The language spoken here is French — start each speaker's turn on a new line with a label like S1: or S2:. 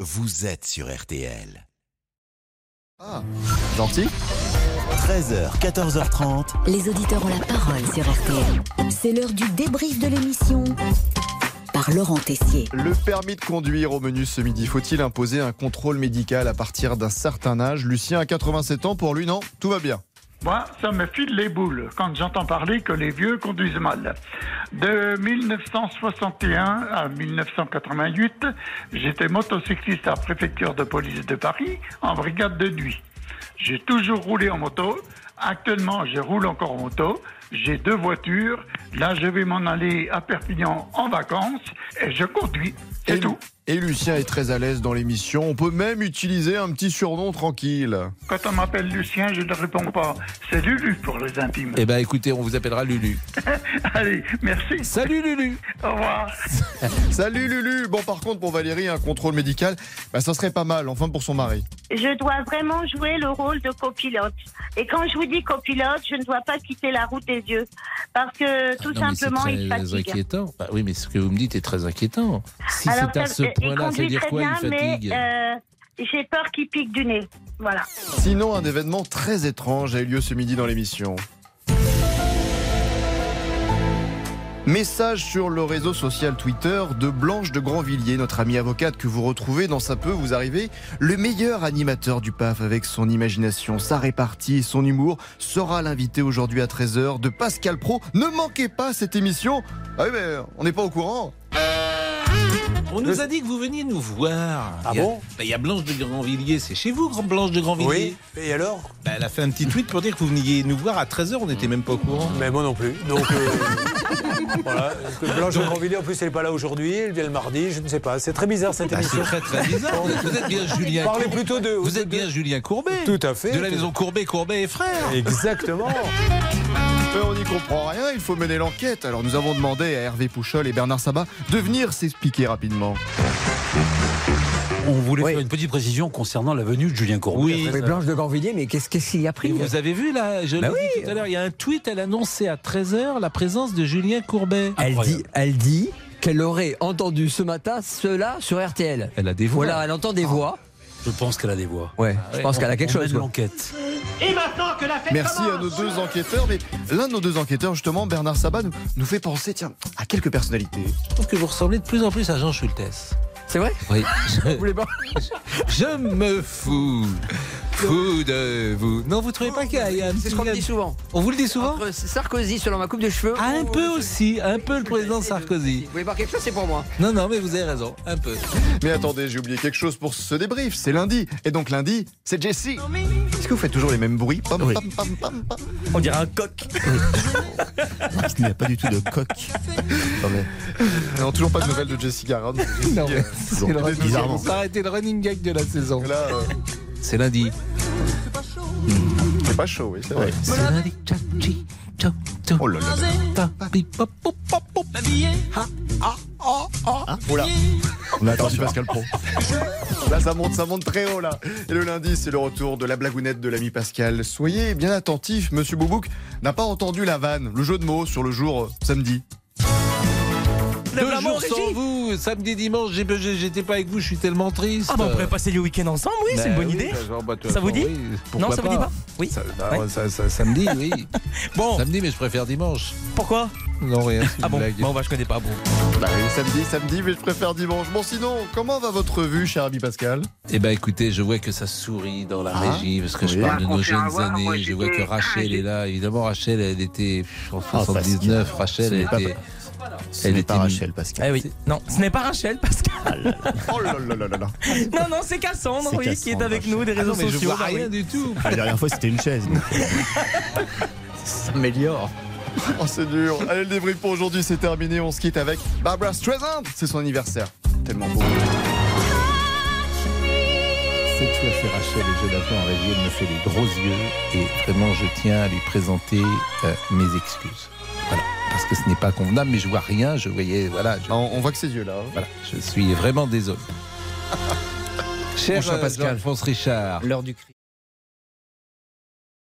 S1: vous êtes sur RTL.
S2: Gentil
S1: 13h, 14h30.
S3: Les auditeurs ont la parole sur RTL. C'est l'heure du débrief de l'émission par Laurent Tessier.
S2: Le permis de conduire au menu ce midi, faut-il imposer un contrôle médical à partir d'un certain âge Lucien a 87 ans, pour lui non, tout va bien.
S4: Moi, ça me file les boules quand j'entends parler que les vieux conduisent mal. De 1961 à 1988, j'étais motocycliste à la préfecture de police de Paris en brigade de nuit. J'ai toujours roulé en moto. Actuellement, je roule encore en moto. J'ai deux voitures. Là, je vais m'en aller à Perpignan en vacances et je conduis. C'est
S2: Et-
S4: tout.
S2: Et Lucien est très à l'aise dans l'émission, on peut même utiliser un petit surnom tranquille.
S4: Quand on m'appelle Lucien, je ne réponds pas. C'est Lulu pour les intimes.
S5: Eh ben écoutez, on vous appellera Lulu.
S4: Allez, merci.
S5: Salut Lulu
S4: Au revoir.
S2: Salut Lulu Bon par contre pour Valérie, un contrôle médical, bah, ça serait pas mal, enfin pour son mari.
S6: Je dois vraiment jouer le rôle de copilote. Et quand je vous dis copilote, je ne dois pas quitter la route des yeux. Parce que tout
S5: Non, mais c'est
S6: simplement,
S5: très
S6: il fatigue.
S5: inquiétant. Bah oui, mais ce que vous me dites est très inquiétant. Si c'est à
S6: ça- euh,
S5: ce
S6: il
S5: point-là, ça veut
S6: conduit
S5: dire
S6: très
S5: quoi
S6: bien,
S5: Il fatigue
S6: mais euh, j'ai peur qu'il pique du nez. Voilà.
S2: Sinon, un événement très étrange a eu lieu ce midi dans l'émission. Message sur le réseau social Twitter de Blanche de Grandvilliers, notre amie avocate que vous retrouvez dans Ça peut vous arriver. Le meilleur animateur du PAF avec son imagination, sa répartie et son humour sera l'invité aujourd'hui à 13h de Pascal Pro. Ne manquez pas cette émission. Ah oui, mais on n'est pas au courant.
S5: On nous a dit que vous veniez nous voir. Ah bon Il y a Blanche de Grandvilliers, c'est chez vous, Grand- Blanche de Grandvilliers
S7: Oui, et alors
S5: Bah, Elle a fait un petit tweet pour dire que vous veniez nous voir à 13h, on n'était même pas au courant.
S7: Mais moi non plus. Donc, euh, voilà. Parce que Blanche de Grandvilliers, en plus, elle n'est pas là aujourd'hui, elle vient le mardi, je ne sais pas. C'est très bizarre cette
S5: Bah, c'est
S7: émission.
S5: très très bizarre. Vous êtes- Vous êtes bien Julien.
S7: Parlez
S5: Courbet.
S7: plutôt de.
S5: Vous êtes bien Julien Courbet.
S7: Tout à fait.
S5: De la maison Courbet, Courbet et frères.
S7: Exactement.
S2: Euh, on n'y comprend rien, il faut mener l'enquête. Alors nous avons demandé à Hervé Pouchol et Bernard Sabat de venir s'expliquer rapidement.
S7: On voulait
S8: Oui.
S7: faire une petite précision concernant la venue de Julien Courbet.
S5: Oui.
S8: Oui, Blanche de Grandvilliers, mais qu'est-ce qu'est-ce qu'il y a
S5: Et
S8: pris
S5: Euh, vous avez vu là, je l'ai dit tout à l'heure, il y a un tweet, elle annonçait à 13h la présence de Julien Courbet.
S8: Elle dit, elle dit qu'elle aurait entendu ce matin cela sur RTL.
S5: Elle a des voix. Ah.
S8: Voilà, elle entend des voix.
S7: Je pense qu'elle a des voix.
S8: Ouais, je
S5: ouais,
S8: pense qu'elle a quelque
S7: On mène
S8: chose. quoi.
S7: l'enquête.
S2: Merci à nos deux enquêteurs. Mais l'un de nos deux enquêteurs, justement, Bernard Sabat, nous, nous fait penser, tiens, à quelques personnalités.
S5: Je trouve que vous ressemblez de plus en plus à Jean Schultes.
S8: C'est vrai
S5: Oui.
S8: Vous voulez pas
S5: Je me fous. Fous de vous. Non, vous trouvez pas qu'il y a, il y a un
S8: C'est
S5: petit-
S8: ce qu'on me dit souvent.
S5: On vous le dit souvent
S8: Entre Sarkozy selon ma coupe de cheveux.
S5: Ah, Un
S8: ou-
S5: peu aussi, un peu le président Sarkozy.
S8: Vous voulez voir quelque chose C'est pour moi.
S5: Non, non, mais vous avez raison, un peu.
S2: Mais attendez, j'ai oublié quelque chose pour ce débrief. C'est lundi. Et donc lundi, c'est Jessie. Est-ce que vous faites toujours les mêmes bruits Pam, pam, pam, pam, pam.
S9: On dirait un coq.
S1: Il n'y a pas du tout de coq.
S2: Non, toujours pas de nouvelles de Jessie Garand.
S5: Non,
S2: mais
S5: c'est
S2: le running- Bizarrement.
S5: Ça a été le running gag de la saison.
S2: Là, euh,
S5: C'est lundi.
S2: c'est pas chaud, oui, c'est vrai.
S5: C'est lundi. Tcha, chi, tcho, tcho,
S2: Oh là là. là.
S5: ta, pi, pa, pou, pa, pou.
S2: Oula. On a attendu Pascal Pro. Là, ça monte, ça monte très haut, là. Et le lundi, c'est le retour de la blagounette de l'ami Pascal. Soyez bien attentifs, monsieur Boubouk n'a pas entendu la vanne, le jeu de mots sur le jour euh, samedi.
S5: Deux jours sans vous, samedi, dimanche, j'ai- j'ai- j'étais pas avec vous, je suis tellement triste.
S9: Ah bah on pourrait passer le week-end ensemble, oui, c'est une
S5: Bah
S9: bonne
S5: oui,
S9: idée.
S5: bah, genre, bah, toi,
S9: Ça vous
S5: attends,
S9: dit
S5: oui,
S9: Non,
S5: pourquoi
S9: ça vous dit pas Oui.
S5: Ça- bah,
S9: Ouais.
S5: ça- ça- samedi, oui.
S9: Bon,
S5: Samedi, mais je préfère dimanche.
S9: pourquoi
S5: Non, rien. c'est une
S9: Ah bon
S5: blague.
S9: Bon, bah je connais pas. Bon.
S2: Bah oui, samedi, samedi, mais je préfère dimanche. Bon, sinon, comment va votre revue, cher ami Pascal
S5: Eh ben, écoutez, je vois que ça sourit dans la
S2: Ah,
S5: régie parce que je
S2: oui.
S5: parle de
S4: Ah, on
S5: nos
S4: fait
S5: jeunes
S4: avoir, moi,
S5: années. Je vois que
S4: j'étais-
S5: Rachel est là. Évidemment, Rachel, elle était pff, en
S1: Ah,
S5: 79. Rachel,
S1: Ce
S5: elle
S1: n'est pas-
S5: était.
S1: Ce
S5: Elle
S1: n'est
S5: était
S1: pas
S5: nulle.
S1: Rachel, Pascal.
S9: Eh oui. Non, ce n'est pas Rachel, Pascal.
S2: Oh là là là là là.
S9: Non, non, c'est Cassandre,
S1: C'est
S9: oui, qui est
S1: Cassandre,
S9: avec
S1: Rachel.
S9: nous des
S5: Ah
S9: réseaux
S5: non, mais je
S9: sociaux.
S5: vois
S9: bah oui.
S5: rien du tout.
S1: La dernière fois, c'était une chaise.
S5: Ça s'améliore.
S2: Oh, c'est dur. Allez, le débrief pour aujourd'hui, c'est terminé. On se quitte avec Barbara Streisand. C'est son anniversaire. Tellement beau.
S5: Cette fois, c'est Rachel et je la vois en régie. Elle me fait les gros yeux. Et vraiment, je tiens à lui présenter euh, mes excuses. Voilà. Parce que ce n'est pas convenable, mais je vois rien. Je voyais. Voilà. je-
S2: Ah, on, on voit que ses yeux là. hein.
S5: Voilà, je suis vraiment désolé. Cher,
S8: Mon cher
S5: euh,
S8: Pascal.
S5: Jean-Alphonse Richard,
S8: L'heure du cri.